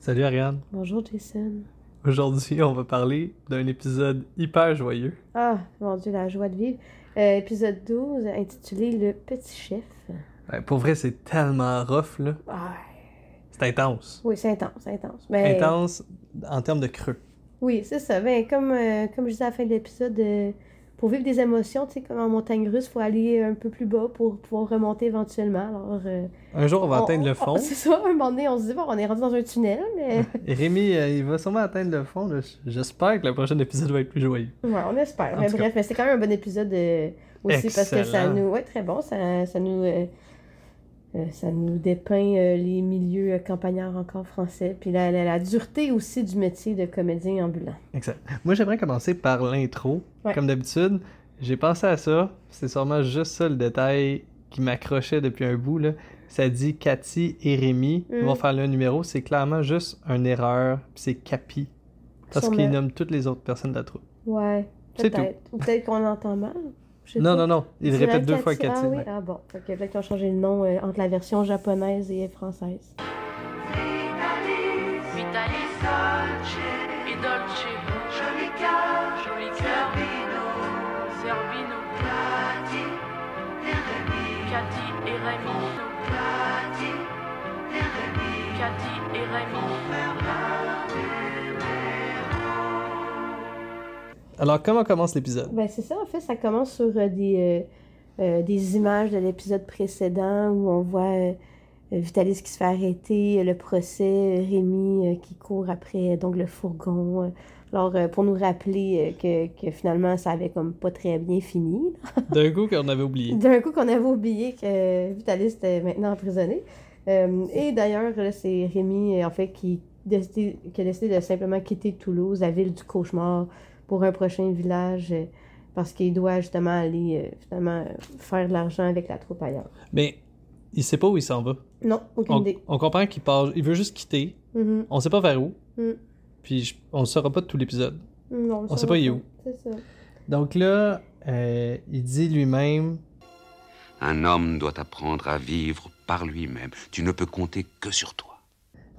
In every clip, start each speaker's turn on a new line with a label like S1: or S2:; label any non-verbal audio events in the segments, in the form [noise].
S1: Salut Ariane.
S2: Bonjour Jason.
S1: Aujourd'hui, on va parler d'un épisode hyper joyeux.
S2: Ah, mon Dieu, la joie de vivre. Euh, épisode 12, intitulé Le Petit Chef.
S1: Ouais, Ben, pour vrai, c'est tellement rough, là.
S2: Ah,
S1: C'est intense.
S2: oui, c'est intense, c'est intense. Mais,
S1: Intense en termes de creux.
S2: Oui, c'est ça. Mais comme, euh, comme je disais à la fin de l'épisode, euh, pour vivre des émotions, tu sais, comme en montagne russe, il faut aller un peu plus bas pour pouvoir remonter éventuellement. Alors, euh,
S1: Un jour, on va atteindre le fond.
S2: [laughs] C'est ça, un moment donné, on se dit, bon, on est rendu dans un tunnel,
S1: [laughs]
S2: mais
S1: Et Rémi, euh, il va sûrement atteindre le fond. là. J'espère que le prochain épisode va être plus joyeux.
S2: ouais, on espère.
S1: En
S2: Mais
S1: tout
S2: bref, mais c'est quand même un bon épisode euh, aussi parce que ça
S1: Excellent.
S2: nous. Ouais, très bon. Ça, ça nous. euh, euh, ça nous dépeint euh, les milieux euh, campagnards encore français, puis la, la, la dureté aussi du métier de comédien ambulant.
S1: Excellent. Moi, j'aimerais commencer par l'intro.
S2: Ouais.
S1: Comme d'habitude, j'ai pensé à ça. C'est sûrement juste ça le détail qui m'accrochait depuis un bout. Là. Ça dit Cathy et Rémi
S2: Mm.
S1: vont faire le numéro. C'est clairement juste une erreur. puis C'est Capi. Parce
S2: Sûrement.
S1: qu'il nomme toutes les autres personnes de la troupe.
S2: Ouais,
S1: C'est
S2: peut-être. Ou peut-être qu'on l'entend mal. je sais
S1: Non, non,
S2: pas.
S1: non. Il
S2: C'est la
S1: répète deux fois Cathy.
S2: Ah oui,
S1: ouais.
S2: ah bon. Ok, peut-être qu'ils ont changé le nom euh, entre la version japonaise et française.
S3: Vitalis, Vitalis, Dolce, et Dolce, Joli Cœur, Joli Cœur, Servino, Servino, Cathy, et Rémi, Cathy et Rémi, Cathy, et Rémi, Cathy et
S1: Alors, comment commence
S2: [laughs]
S1: l'épisode
S2: Ben, c'est ça, en fait, ça commence sur euh, des, euh, euh, des images de l'épisode précédent où on voit euh, euh, Vitalis qui se fait arrêter, euh, le procès, euh, Rémi euh, qui court après euh, donc le fourgon. euh. Alors, euh, pour nous rappeler euh, que, que finalement, ça avait comme pas très bien fini.
S1: D'un coup qu'on avait oublié.
S2: D'un coup qu'on avait oublié que Vitalis était maintenant emprisonné. Euh, et d'ailleurs, là, c'est Rémi, euh, en fait, qui, décidé- qui a décidé de simplement quitter Toulouse, la ville du cauchemar, pour un prochain village, euh, parce qu'il doit justement aller, euh, finalement, euh, faire de l'argent avec la troupe ailleurs.
S1: Mais Ben, il sait pas où il s'en va.
S2: Non, aucune
S1: On,
S2: idée.
S1: on comprend qu'il part. Il veut juste quitter.
S2: Mhm.
S1: On sait pas vers où.
S2: Mm.
S1: Puis je- on le saura pas de tout l'épisode.
S2: Mm, on le
S1: On sait
S2: saura
S1: pas il est où.
S2: C'est ça.
S1: Donc là, euh, il dit lui-même
S4: Un homme doit apprendre à vivre par lui-même. Tu ne peux compter que sur toi.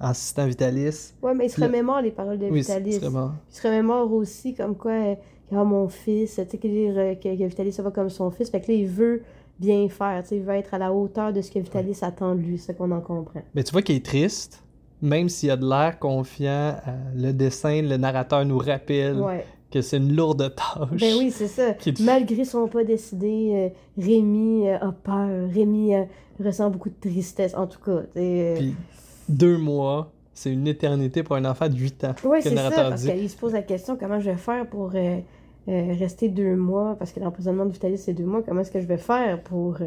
S1: en citant Vitalis.
S2: Ouais, mais il se
S1: Le-
S2: remémore les paroles de
S1: Oui, c'est
S2: Vitalis.
S1: c'est vraiment.
S2: Il se remémore aussi comme quoi, euh, Ah, mon fils, tu sais, que, euh, que, que Vitalis ça va comme son fils. Fait que là, il veut bien faire, tu sais, il veut être à la hauteur de ce que Vitalis attend de lui, c'est ce qu'on en comprend.
S1: Mais tu vois qu'il est triste, même s'il a de l'air confiant. euh, le dessin, le narrateur nous rappelle
S2: Ouais.
S1: que c'est une lourde tâche.
S2: Ben oui, c'est ça.
S1: Qui est-
S2: Malgré son pas décidé, euh, Rémi euh, a peur. Rémi euh, ressent beaucoup de tristesse, en tout cas. tu sais, euh,
S1: Puis deux mois, c'est une éternité pour un enfant de 8 ans.
S2: Oui,
S1: que
S2: c'est
S1: le
S2: ça,
S1: narrateur
S2: parce
S1: dit.
S2: qu'il se pose la question comment je vais faire pour euh, euh, rester deux mois, parce que l'emprisonnement de Vitalis, c'est deux mois, comment est-ce que je vais faire pour. euh,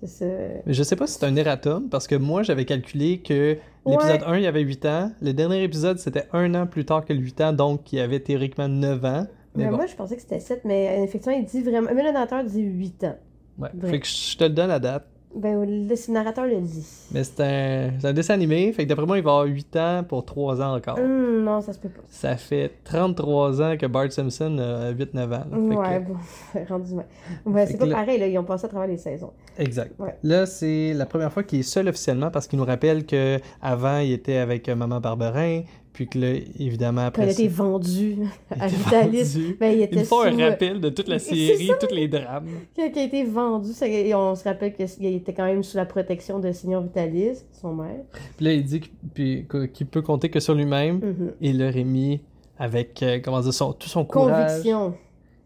S2: c'est ça.
S1: Mais je sais pas si c'est un erratum, parce que moi, j'avais calculé que l'épisode 1, il y avait 8 ans. Le dernier épisode, c'était un an plus tard que le 8 ans, donc il avait théoriquement 9 ans. Mais
S2: Mais
S1: bon,
S2: Moi, je pensais que c'était sept, mais euh, effectivement, il dit vraiment. Mais le narrateur dit huit ans.
S1: ouais.
S2: ouais.
S1: Fait que je te le donne la date.
S2: Ben, le le narrateur le dit.
S1: Mais c'est un, c'est un dessin animé, fait que d'après moi, il va avoir 8 ans pour 3 ans encore.
S2: Hum, non, ça se peut pas.
S1: Ça fait 33 ans que Bart Simpson a 8-9 ans. là. Fait que-
S2: Ouais, bon, [laughs] rendu mal. Ouais,
S1: Fait
S2: c'est
S1: que
S2: pas
S1: là-
S2: pareil, là, ils ont passé à travers les saisons.
S1: Exact.
S2: Ouais.
S1: Là, c'est la première fois qu'il est seul officiellement parce qu'il nous rappelle que avant il était avec euh, Maman Barberin, puis que là, évidemment,
S2: Quand
S1: après
S2: il a été
S1: ça,
S2: vendu [laughs]
S1: il
S2: à
S1: était
S2: Vitalis,
S1: vendu.
S2: ben, il
S1: Il
S2: était
S1: nous font
S2: sous,
S1: un
S2: euh,
S1: rappel de toute la
S2: c'est
S1: série,
S2: ça.
S1: tous les drames.
S2: Qui a, qui a été vendu, ça, et on se rappelle qu'il était quand même sous la protection de Seigneur Vitalis, son maire.
S1: Puis là, il dit qu'il- puis que- qu'il peut compter que sur lui-même.
S2: Mhm.
S1: Et le Rémi, avec euh, comment dire, son, tout son courage,
S2: Conviction.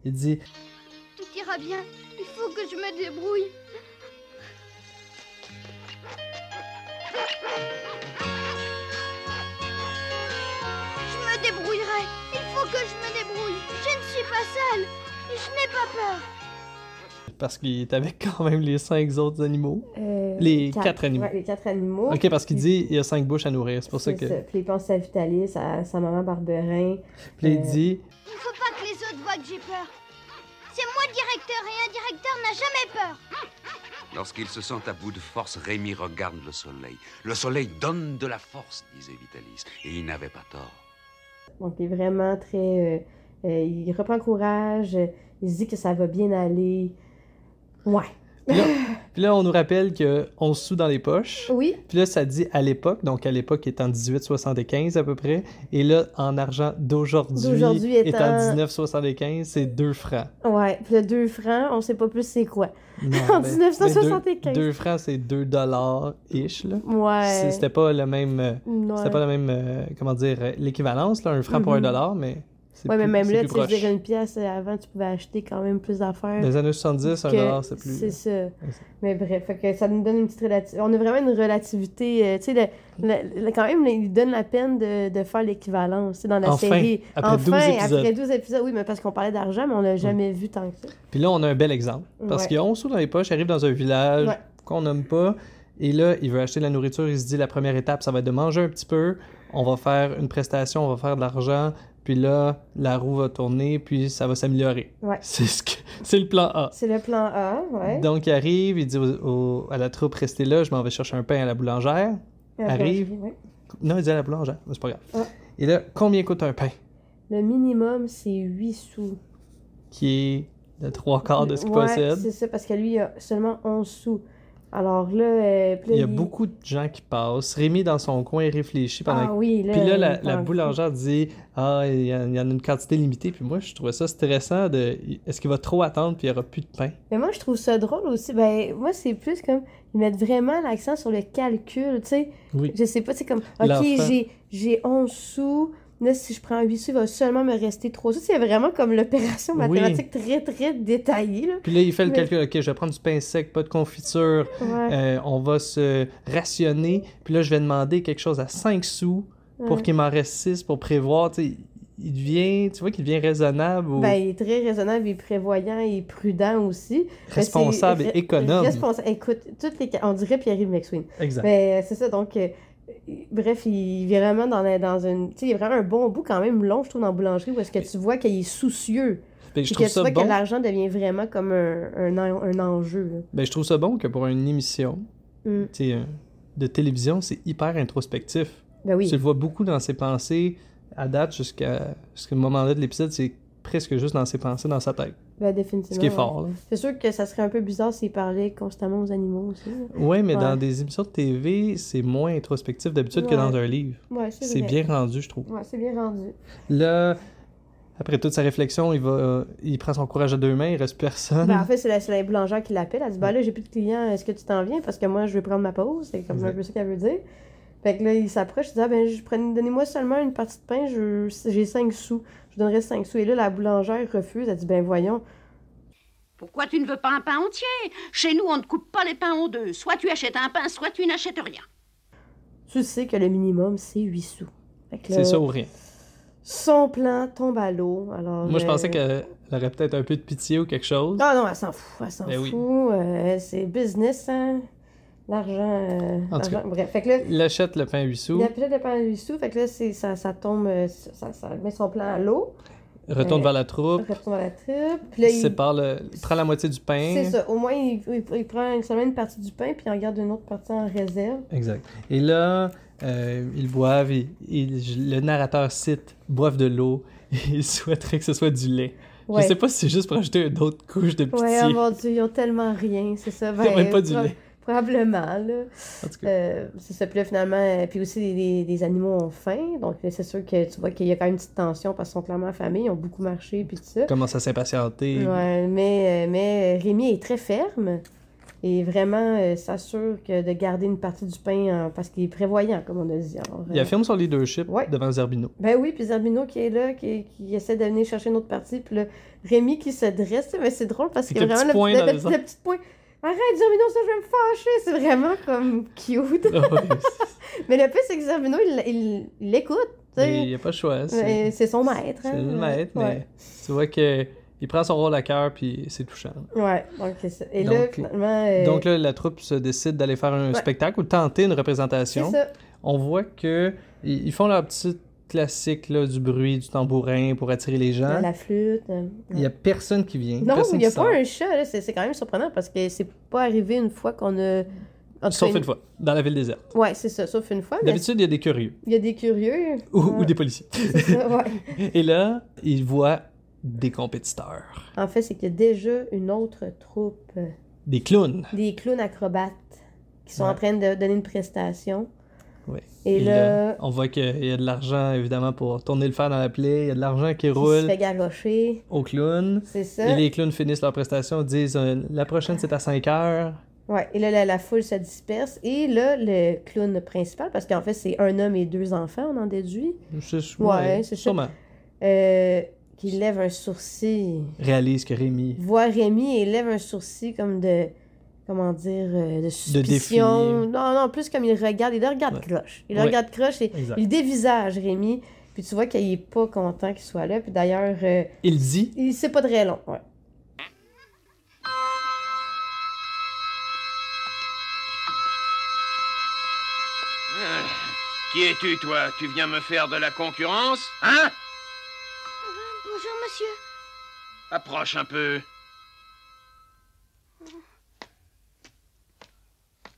S1: il dit
S5: Tout ira bien. Il faut que je me débrouille. Je me débrouillerai. Il faut que je me débrouille. Je ne suis pas seule. Et je n'ai pas peur.
S1: parce qu'il est avec quand même les cinq autres animaux.
S2: Euh,
S1: Les quatre animaux.
S2: ouais, les quatre animaux.
S1: Ok, parce qu'il dit il y a cinq bouches à nourrir. C'est pour ça que.
S2: Puis il pense à Vitalis, à sa maman Barberin.
S1: Puis là, il
S2: Euh,
S1: dit
S5: Il faut pas que les autres voient que j'ai peur. C'est moi le directeur et un directeur n'a jamais peur.
S4: Lorsqu'il se sent à bout de force, Rémi regarde le soleil. Le soleil donne de la force, disait Vitalis. Et il n'avait pas tort.
S2: Donc, il est vraiment très. euh, euh, il reprend courage, euh, il se dit que ça va bien aller. Ouais.
S1: Puis là, puis là, on nous rappelle que 11 sous dans les poches.
S6: Oui.
S1: Puis là, ça dit à l'époque, donc à l'époque est en 1875 à peu près. Et là, en argent d'aujourd'hui
S2: D'aujourd'hui
S1: est,
S2: est
S1: en
S2: en-
S1: 1975, c'est 2
S2: [laughs]
S1: francs.
S2: Ouais, puis le 2 francs, on sait pas plus c'est quoi.
S1: Non,
S2: En
S1: ben,
S2: 1975.
S1: 2 francs, c'est 2 dollars ish. Là. C'est-
S2: Ouais.
S1: C'était pas le même. euh,
S2: Ouais.
S1: C'était pas la même, euh, comment dire, euh, l'équivalence, là, un franc pour un
S2: Mhm.
S1: dollar, mais c'est
S2: Ouais, mais
S1: plus-
S2: même
S1: c'est
S2: là,
S1: plus
S2: tu sais, je
S1: proche.
S2: dirais une pièce, euh, avant, tu pouvais acheter quand même plus d'affaires.
S1: Dans les années 70, un
S2: que-
S1: dollar, c'est plus...
S2: C'est ça. Mais bref, fait que ça nous donne une petite relativité. On a vraiment une relativité. euh, tu sais, le- le- le- quand même, il donne la peine de, de faire l'équivalence tu sais, dans la
S1: Enfin,
S2: série.
S1: après 12 épisodes.
S2: après 12 épisodes. Oui, mais parce qu'on parlait d'argent, mais on l'a jamais vu tant que ça.
S1: Puis là, on a un bel exemple. Parce
S2: Ouais.
S1: qu'il y a 11 sous dans les poches, il arrive dans un village
S2: Ouais.
S1: qu'on nomme pas, et là, il veut acheter de la nourriture, il se dit, la première étape, ça va être de manger un petit peu, on va faire une prestation, on va faire de l'argent, puis là, la roue va tourner, puis ça va s'améliorer.
S2: Ouais.
S1: [laughs] C'est ce que- c'est le plan A.
S2: C'est le plan A, ouais.
S1: Donc, il arrive, il dit au- au- à la troupe, restez là, je m'en vais chercher un pain à la boulangère.
S2: La
S1: arrive.
S2: boulangerie, ouais.
S1: Non, il dit à la boulangère, mais c'est pas grave.
S2: Ah.
S1: Et là, combien coûte un pain?
S2: Le minimum, c'est 8 sous.
S1: qui est de trois quarts de ce qu'il
S2: Ouais,
S1: possède.
S2: C'est ça, parce que lui, il a seulement 11 sous. Alors là, euh, puis là,
S1: Il y a beaucoup de gens qui passent. Rémi, dans son coin, réfléchit pendant.
S2: Ah oui, là.
S1: Puis là, la,
S2: il
S1: la
S2: parle.
S1: boulangère dit Ah, il y, en il y en a une quantité limitée. Puis moi, je trouvais ça stressant de Est-ce qu'il va trop attendre puis il n'y aura plus de pain
S2: Mais moi, je trouve ça drôle aussi. Ben, moi, c'est plus comme. Ils mettent vraiment l'accent sur le calcul, tu sais.
S1: Oui.
S2: Je sais pas, c'est comme.
S1: L'enfant.
S2: Ok, j'ai- j'ai 11 sous. Là, si je prends 8 sous, il va seulement me rester 3 sous. C'est vraiment comme l'opération
S1: Oui.
S2: mathématique très, très détaillée, là.
S1: Puis là, il fait le
S2: Mais-
S1: calcul Ok, je vais prendre du pain sec, pas de confiture,
S2: Ouais.
S1: euh, on va se rationner. Puis là, je vais demander quelque chose à 5 sous pour
S2: ouais.
S1: qu'il m'en reste 6 pour prévoir. Tu sais, il devient, tu vois qu'il devient raisonnable ou
S2: Ben, il est très raisonnable et prévoyant et prudent aussi.
S1: responsable
S2: Ben, c'est-
S1: et économe.
S2: Responsable. Écoute, toutes les... on dirait Pierre-Yves McSween.
S1: Exact.
S2: Mais euh, c'est ça, donc, euh, bref, il est vraiment dans, la- dans une. Tu sais, il est vraiment un bon bout quand même long, je trouve, dans la boulangerie où est-ce que tu vois qu'il est soucieux.
S1: Puis je
S2: Puis que
S1: trouve
S2: tu
S1: ça
S2: vois
S1: bon.
S2: que l'argent devient vraiment comme un, un, en- un enjeu.
S1: Ben, je trouve ça bon que pour une émission
S2: là.
S1: tu
S2: Mm.
S1: sais, euh, de télévision, c'est hyper introspectif.
S2: Ben oui.
S1: Tu le vois beaucoup dans ses pensées à date jusqu'à jusqu'au moment-là de l'épisode, c'est presque juste dans ses pensées, dans sa tête.
S2: Ben, définitivement.
S1: Ce qui est
S2: ouais.
S1: fort.
S2: C'est sûr que ça serait un peu bizarre s'il parlait constamment aux animaux aussi. là.
S1: Oui, mais
S2: Ouais.
S1: dans des émissions de TV, c'est moins introspectif d'habitude que
S2: Ouais.
S1: dans un livre.
S2: Ouais, c'est
S1: C'est
S2: vrai.
S1: bien rendu, je trouve.
S2: Ouais, c'est bien rendu.
S1: Là, après toute sa réflexion, il va, euh, il prend son courage à deux mains, il reste personne.
S2: Ben, en fait, c'est la, c'est la boulangère qui l'appelle. Elle dit Ben là, j'ai plus de clients, est-ce que tu t'en viens Parce que moi, je vais prendre ma pause. C'est comme un
S1: Exact.
S2: peu ça qu'elle veut dire. Fait que là, il s'approche, il dit Ah, ben, je prenais- donnez-moi seulement une partie de pain, je- j'ai 5 sous. Je donnerai 5 sous. Et là, la boulangère refuse. Elle dit Ben voyons.
S7: Pourquoi tu ne veux pas un pain entier Chez nous, on ne coupe pas les pains en deux. Soit tu achètes un pain, soit tu n'achètes rien.
S2: Tu sais que le minimum, c'est 8 sous. Fait que
S1: [laughs]
S2: là,
S1: C'est ça ou rien.
S2: Son plan tombe à l'eau. Alors,
S1: Moi, je
S2: euh,
S1: pensais qu'elle elle aurait peut-être un peu de pitié ou quelque chose.
S2: Ah non, elle s'en fout, elle s'en
S1: Ben oui.
S2: fout. euh, c'est business, hein. L'argent. euh,
S1: En tout
S2: l'argent-
S1: cas.
S2: Bref, fait que là,
S1: Il achète le pain à huit sous,
S2: il y a peut-être le pain à 8 sous. Fait que là, c'est- ça, ça tombe, euh, ça, ça met son plan à l'eau.
S1: retourne
S2: Euh,
S1: vers la troupe,
S2: retourne à la tripe. Puis là,
S1: il
S2: il...
S1: sépare le- il prend la moitié du pain.
S2: C'est ça. Au moins, il, il- il prend seulement une partie du pain, puis il en garde une autre partie en réserve.
S1: Exact. Et là, euh, ils boivent, et, et le narrateur cite boivent de l'eau [laughs] et il souhaiterait que ce soit du lait. Je sais pas si c'est juste pour ajouter une autre couche de pitié.
S2: Ouais, oh mon Dieu, ils ont tellement rien, c'est ça.
S1: [laughs] Il y aurait pas du
S2: prob-
S1: lait.
S2: Probablement, là.
S1: En tout cas,
S2: Euh, c'est ça. Puis là, finalement, euh, puis aussi, les, les- les animaux ont faim. Donc, là, c'est sûr que tu vois qu'il y a quand même une petite tension parce qu'ils sont clairement affamés, ils ont beaucoup marché, puis tout ça.
S1: il commence à s'impatienter.
S2: Ouais, mais, euh, mais euh, Rémi est très ferme et vraiment euh, s'assure que de garder une partie du pain en- parce qu'il est prévoyant, comme on a dit. Alors,
S1: Il
S2: euh,
S1: affirme son leadership
S2: Ouais.
S1: devant Zerbino.
S2: [laughs]
S1: [laughs]
S2: Ben oui, puis Zerbino qui est là, qui, qui essaie de venir chercher une autre partie, puis là, Rémi qui se dresse, mais c'est drôle parce
S1: Puis
S2: qu'il y
S1: le
S2: a
S1: petit
S2: vraiment
S1: point
S2: le,
S1: dans
S2: le-
S1: les
S2: le petit point. Arrête, Zerbino, ça, je vais me fâcher! C'est vraiment comme cute.
S1: [laughs] Ah oui,
S2: mais le pire, c'est que Zerbino, il- il il l'écoute, tu
S1: mais
S2: sais.
S1: il n'y a pas le choix.
S2: Mais
S1: C'est
S2: C'est son maître.
S1: c'est
S2: hein.
S1: le maître,
S2: Ouais.
S1: mais tu vois que il prend son rôle à cœur puis c'est touchant.
S2: Ouais, donc c'est ça. Et là,
S1: Donc,
S2: finalement. euh,
S1: Donc là, la troupe se décide d'aller faire un
S2: Ouais.
S1: spectacle ou tenter une
S2: c'est
S1: représentation.
S2: ça.
S1: on voit que ils ils font leur petit classique là, du bruit du tambourin pour attirer les gens.
S2: Dans la flûte. euh,
S1: Hein? Il n'y a personne qui vient.
S2: Non,
S1: personne
S2: il n'y a
S1: qui sort.
S2: pas un chat, là. C'est c'est quand même surprenant parce que c'est pas arrivé une fois qu'on a. en tout cas,
S1: Sauf une fois, dans la ville déserte.
S2: Ouais, c'est ça, sauf une fois. Ah, Mais
S1: D'habitude, il y a des curieux [laughs]
S2: il y a des curieux.
S1: ou, ou
S2: Ouais.
S1: des policiers. [laughs]
S2: C'est ça, ouais.
S1: Et là, ils voient des compétiteurs.
S2: En fait, c'est qu'il y a déjà une autre troupe. euh,
S1: Des clowns.
S2: des clowns acrobates qui sont
S1: Ouais.
S2: en train de donner une prestation.
S1: Oui.
S2: Et là-
S1: on voit qu'il y a de l'argent, évidemment, pour tourner le fer dans la plaie. Il y a de l'argent qui
S2: Qui se
S1: roule
S2: fait garrocher.
S1: aux clowns.
S2: C'est ça.
S1: Et les clowns finissent leur prestation, disent euh, la prochaine c'est à 5 heures.
S2: Ouais, et là, la, la foule se disperse. Et là, le clown principal, parce qu'en fait, c'est un homme et deux enfants, on en déduit,
S1: C'est-
S2: Ouais, c'est ça.
S1: sûrement.
S2: euh, qui lève un sourcil.
S1: Réalise que Rémi.
S2: Voit Rémi et lève un sourcil comme de. Comment dire euh, De suspicion.
S1: défi.
S2: non, non, plus comme il regarde. Il le regarde
S1: Ouais.
S2: croche. Il le
S1: Ouais.
S2: regarde croche et
S1: Exact.
S2: il dévisage Rémi. Puis tu vois qu'il est pas content qu'il soit là. Puis d'ailleurs, euh,
S1: Il dit
S2: il c'est pas très long. Ouais.
S6: Qui es-tu, toi Tu viens me faire de la concurrence Hein
S5: Bonjour, monsieur.
S6: Approche un peu.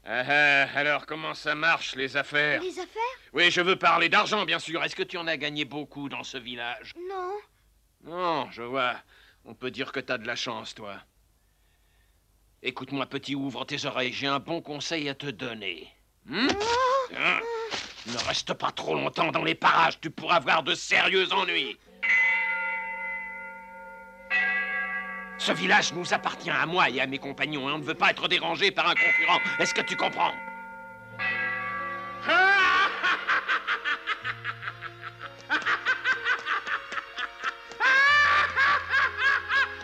S6: Ah, ah, alors, comment ça marche, les affaires
S5: Les affaires
S6: Oui, je veux parler d'argent, bien sûr. Est-ce que tu en as gagné beaucoup dans ce village
S5: Non.
S6: Non, je vois. On peut dire que t'as de la chance, toi. Écoute-moi, petit, ouvre tes oreilles. J'ai un bon conseil à te donner. Hmm Hein ne reste pas trop longtemps dans les parages. Tu pourras avoir de sérieux ennuis. Ce village nous appartient à moi et à mes compagnons et on ne veut pas être dérangé par un concurrent. Est-ce que tu comprends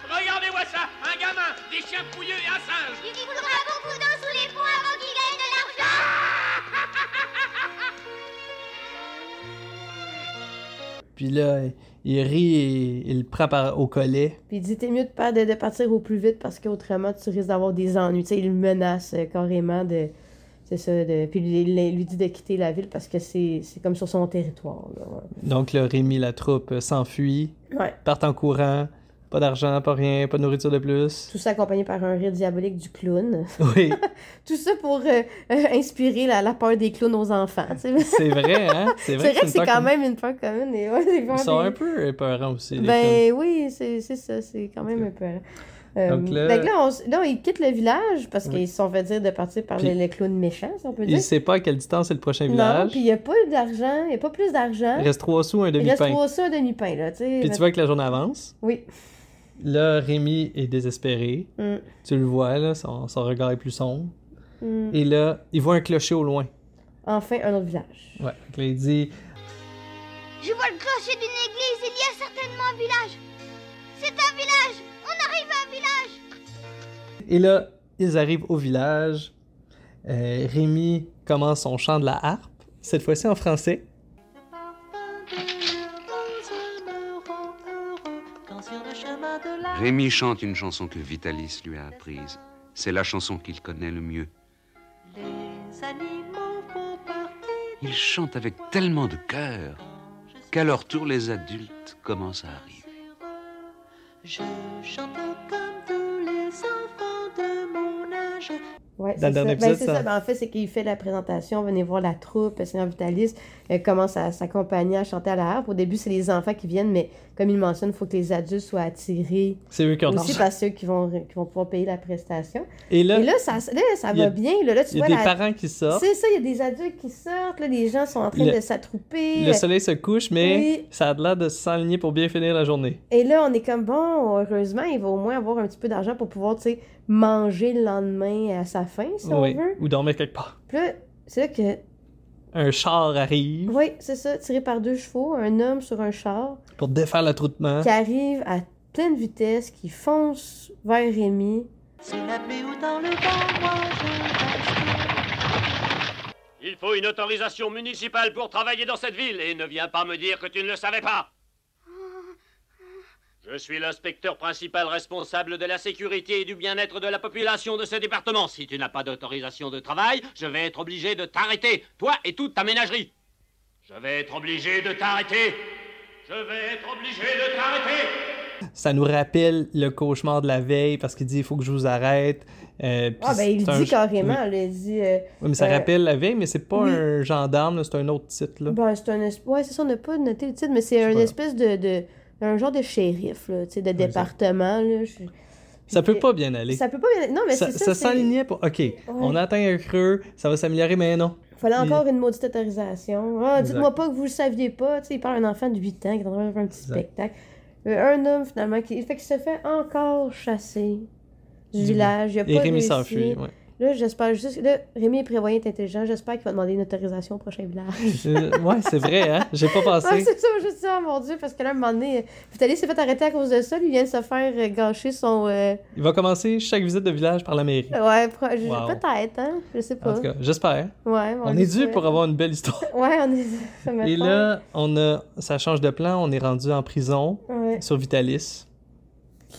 S6: Regardez-moi ça Un gamin, des chiens pouilleux et un singe
S5: Il coulera beaucoup d'eau sous les ponts avant qu'il gagne de l'argent.
S1: Puis là, il rit et il le prend par- au collet.
S2: Puis il dit T'es mieux de, pas- de, de partir au plus vite parce qu'autrement, tu risques d'avoir des ennuis. Tu sais, il le menace euh, carrément de. C'est ça. De, puis il, il lui dit de quitter la ville parce que c'est c'est comme sur son territoire. là, ouais.
S1: Donc là, Rémi, la troupe, euh, s'enfuit,
S2: Ouais.
S1: part en courant. Pas d'argent, pas rien, pas de nourriture de plus.
S2: [laughs] Tout ça accompagné par un rire diabolique du clown.
S1: Oui,
S2: Tout ça pour euh, euh, inspirer la, la peur des clowns aux enfants. tu sais.
S1: c'est vrai, hein? C'est
S2: C'est vrai que
S1: une
S2: c'est
S1: peur
S2: quand
S1: qui-
S2: même une peur commune. Et ouais, c'est
S1: Ils sont
S2: vraiment
S1: un peu épeurants aussi. les films.
S2: Ben oui, c'est c'est ça, c'est quand même un peu. Euh,
S1: Donc là-
S2: fait que là, on s- là, ils quittent le village parce
S1: Oui.
S2: qu'ils se sont fait dire de partir par
S1: Puis-
S2: les, les clowns méchants, si on peut
S1: Il
S2: dire.
S1: sait pas à quelle distance est le prochain
S2: Non,
S1: village.
S2: puis il n'y a pas d'argent, il n'y a pas plus d'argent.
S1: Il reste trois sous, un
S2: Il reste
S1: demi-pain.
S2: trois sous, un demi-pain, là, tu sais.
S1: Puis tu vois que la journée avance.
S2: Oui.
S1: Là, Rémi est désespéré.
S2: Mm.
S1: Tu le vois, là, son, son regard est plus sombre.
S2: Mm.
S1: Et là, il voit un clocher au loin.
S2: Enfin, un autre village.
S1: Ouais. Fait que là, il dit
S5: Je vois le clocher d'une église, il y a certainement un village. C'est un village. On arrive à un village.
S1: Et là, ils arrivent au village. Euh, Rémi commence son chant de la harpe, cette fois-ci en français.
S4: Rémi chante une chanson que Vitalis lui a apprise. C'est la chanson qu'il connaît le mieux. Ils chantent avec tellement de cœur qu'à leur tour, les adultes commencent à arriver.
S2: Ouais,
S1: Dans
S2: c'est
S1: le
S2: ça.
S1: dernier
S2: Ben,
S1: épisode,
S2: c'est
S1: ça-
S2: ça. Ben, en fait, c'est qu'il fait la présentation, venez voir la troupe, le Seigneur Vitalis euh, commence à s'accompagner à chanter à la harpe. Au début, c'est les enfants qui viennent, mais comme il mentionne, il faut que les adultes soient attirés
S1: C'est eux qui ont
S2: aussi par ceux qui vont, qui vont pouvoir payer la prestation.
S1: Et là,
S2: Et là, ça, là, ça
S1: il y a-
S2: va bien. Là, Là, tu
S1: il y a
S2: vois,
S1: des
S2: la-
S1: parents qui sortent.
S2: c'est ça, il y a des adultes qui sortent, là, les gens sont en train
S1: Le-
S2: de s'attrouper.
S1: Le soleil se couche, mais
S2: Oui.
S1: ça a l'air de s'aligner pour bien finir la journée.
S2: Et là, on est comme bon, heureusement, il va au moins avoir un petit peu d'argent pour pouvoir, tu sais, manger le lendemain à sa faim, si
S1: Oui.
S2: on veut.
S1: Ou dormir quelque part.
S2: Puis là, c'est là que.
S1: Un char arrive
S2: Oui, c'est ça, tiré par deux chevaux, un homme sur un char
S1: pour défaire l'attroupement.
S2: qui arrive à pleine vitesse, qui fonce vers Rémi.
S6: Il faut une autorisation municipale pour travailler dans cette ville et ne viens pas me dire que tu ne le savais pas. Je suis l'inspecteur principal responsable de la sécurité et du bien-être de la population de ce département. Si tu n'as pas d'autorisation de travail, je vais être obligé de t'arrêter, toi et toute ta ménagerie. Je vais être obligé de t'arrêter. Je vais être obligé de t'arrêter.
S1: Ça nous rappelle le cauchemar de la veille parce qu'il dit il faut que je vous arrête. Euh, puis
S2: Ah, ben, il
S1: c'est un-
S2: dit carrément,
S1: Oui.
S2: là, il dit. euh,
S1: Oui, mais ça
S2: euh,
S1: rappelle la veille, mais c'est pas
S2: oui.
S1: un gendarme, là, c'est un autre titre. Là.
S2: Ben, c'est un espèce. Ouais, c'est ça, on n'a pas noté le titre, mais c'est
S1: C'est
S2: un
S1: pas grave.
S2: espèce de, de- Un genre de shérif, là, tu sais, de département, là. Je-
S1: Ça peut
S2: que-
S1: pas bien aller.
S2: Ça peut pas. Non, mais
S1: Ça,
S2: c'est ça.
S1: ça
S2: c'est-
S1: s'alignait pour. OK, on a atteint un creux, ça va s'améliorer, mais non.
S2: fallait
S1: Puis-
S2: encore une maudite autorisation. Ah, dites-moi pas que vous le saviez pas. Tu sais, il parle d'un enfant de 8 ans qui est en train de faire un petit
S1: Exact.
S2: spectacle. Euh, un homme, finalement, qui fait qu'il se fait encore chasser du
S1: Du-
S2: village. Il a
S1: Et
S2: pas
S1: Rémi
S2: réussi.
S1: s'enfuit. ouais.
S2: Là, j'espère juste. Là, Rémi est prévoyant et intelligent. J'espère qu'il va demander une autorisation au prochain village.
S1: Euh, ouais, c'est vrai, hein? J'ai pas
S2: Ah,
S1: pensé.
S2: c'est ça, je dis, oh mon dieu, parce que là, un moment donné, euh, Vitaly s'est fait arrêter à cause de ça. Lui il vient de se faire euh, gâcher son. euh,
S1: Il va commencer chaque visite de village par la mairie.
S2: Ouais, pro- je-
S1: Wow.
S2: peut-être, hein. Je sais pas.
S1: En tout cas, j'espère.
S2: ouais,
S1: On est dû
S2: sûr.
S1: pour avoir une belle histoire.
S2: Ouais, on est dû. ça me
S1: Et
S2: semble.
S1: là, on a, ça change de plan. On est rendu en prison
S2: Ouais.
S1: sur Vitalis.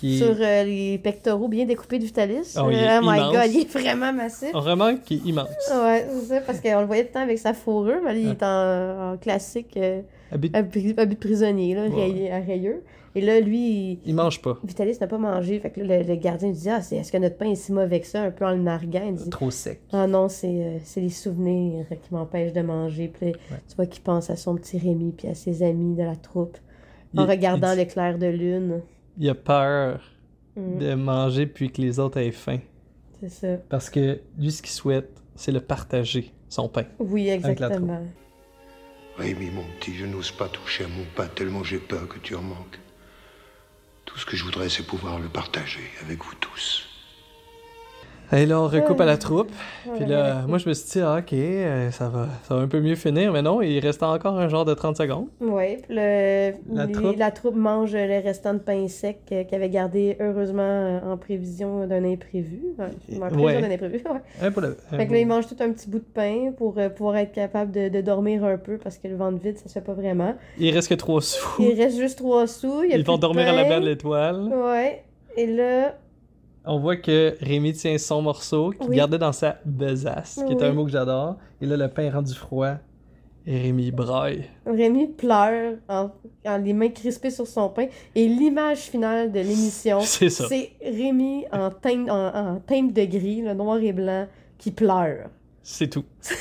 S1: Qui...
S2: Sur euh, les pectoraux bien découpés de Vitalis.
S1: Oh, il est
S2: Euh, my
S1: immense. Ah.
S2: god, il est vraiment massif.
S1: On remarque qu'il est immense.
S2: Ouais, c'est ça, parce qu'on le voyait tout le temps avec sa fourrure, mais là, il est en, en classique euh,
S1: Habit-
S2: habit habit de prisonnier, là,
S1: Ouais.
S2: rayé- à rayures. Et là, lui, il-
S1: Il mange pas.
S2: Vitalis n'a pas mangé. Fait que là, le, le gardien lui dit Ah, c'est- est-ce que notre pain est si mauvais que ça Un peu en le narguant. Il dit
S1: Trop sec.
S2: Ah non, c'est euh, c'est les souvenirs qui m'empêchent de manger. Puis là, tu vois qu'il pense à son petit Rémi puis à ses amis de la troupe en
S1: Il-
S2: regardant
S1: il dit-
S2: l'éclair de lune.
S1: Il a peur
S2: Mm,
S1: de manger puis que les autres aient faim.
S2: C'est ça.
S1: Parce que lui, ce qu'il souhaite, c'est le partager, son pain.
S2: Oui,
S1: la troupe.
S2: exactement.
S8: Rémi, mon petit, je n'ose pas toucher à mon pain tellement j'ai peur que tu en manques. Tout ce que je voudrais, c'est pouvoir le partager avec vous tous.
S1: Et là, on recoupe à la troupe. Puis
S2: Ouais,
S1: là,
S2: ouais.
S1: moi, je me suis dit, ah, ok, euh, ça va, ça va un peu mieux finir. Mais non, il restait encore un genre de 30 secondes.
S2: Ouais, puis le-
S1: La
S2: les-
S1: troupe.
S2: la troupe mange le restant de pain sec euh, qu'ils avaient gardé heureusement euh, en prévision d'un imprévu. Ouais, en prévision
S1: Ouais.
S2: d'un imprévu, [laughs] ouais.
S1: Hein, pour le-
S2: Fait que là, ils mangent tout un petit bout de pain pour euh, pouvoir être capable de, de dormir un peu parce que le ventre vide, ça se fait pas vraiment.
S1: Il reste que 3 sous.
S2: Il reste juste trois sous. il y
S1: [laughs]
S2: a
S1: Ils
S2: plus
S1: vont
S2: de
S1: dormir à la
S2: pain.
S1: baie de l'étoile.
S2: Ouais. Et là,
S1: On voit que Rémi tient son morceau qu'il
S2: Oui.
S1: gardait dans sa besace, qui est
S2: Oui.
S1: un mot que j'adore. Et là, le pain est rendu froid. Et Rémi braille.
S2: Rémi pleure en, en les mains crispées sur son pain. Et l'image finale de l'émission,
S1: [laughs] C'est ça.
S2: c'est Rémi en teinte, en, en teinte de gris, le noir et blanc, qui pleure. [laughs]
S1: C'est tout.
S2: Ça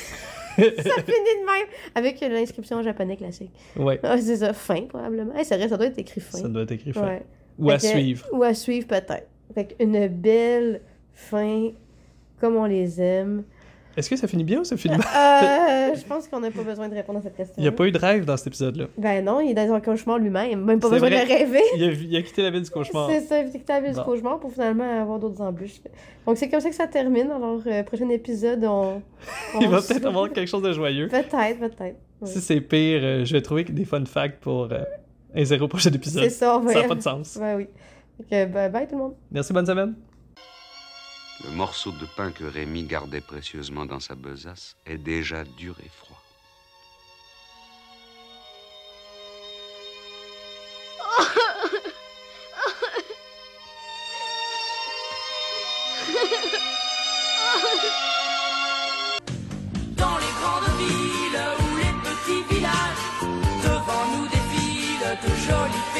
S2: finit de même avec l'inscription japonais classique.
S1: ouais,
S2: Ah, c'est ça, fin probablement. Eh, c'est vrai, ça doit être écrit fin.
S1: ça doit être écrit fin.
S2: Ouais.
S1: Ou à
S2: Fait que-
S1: suivre.
S2: Ou à suivre peut-être. Fait une belle fin, comme on les aime.
S1: Est-ce que ça finit bien ou ça finit mal?
S2: [laughs] Euh, je pense qu'on n'a pas besoin de répondre à cette question.
S1: Il n'y a pas eu de rêve dans cet épisode-là.
S2: Ben non, il est dans un cauchemar lui-même, même pas
S1: C'est
S2: besoin
S1: vrai.
S2: de rêver.
S1: Il a, il a quitté la ville du cauchemar.
S2: C'est ça, évitable du
S1: Bon.
S2: cauchemar pour finalement avoir d'autres embûches. Donc c'est comme ça que ça termine. Alors, euh, prochain épisode, on.
S1: [laughs] Il
S2: on
S1: va
S2: se-
S1: peut-être avoir quelque chose de joyeux.
S2: Peut-être, peut-être. Ouais.
S1: Si c'est pire, euh, je vais trouver des fun facts pour euh, un zéro prochain épisode.
S2: C'est ça, on va.
S1: Ça n'a pas de sens.
S2: Ouais, oui. Donc, euh, bye bye tout le monde.
S1: Merci, bonne semaine.
S4: Le morceau de pain que Rémi gardait précieusement dans sa besace est déjà dur et froid.
S3: Dans les grandes villes ou les petits villages, devant nous défilent de jolies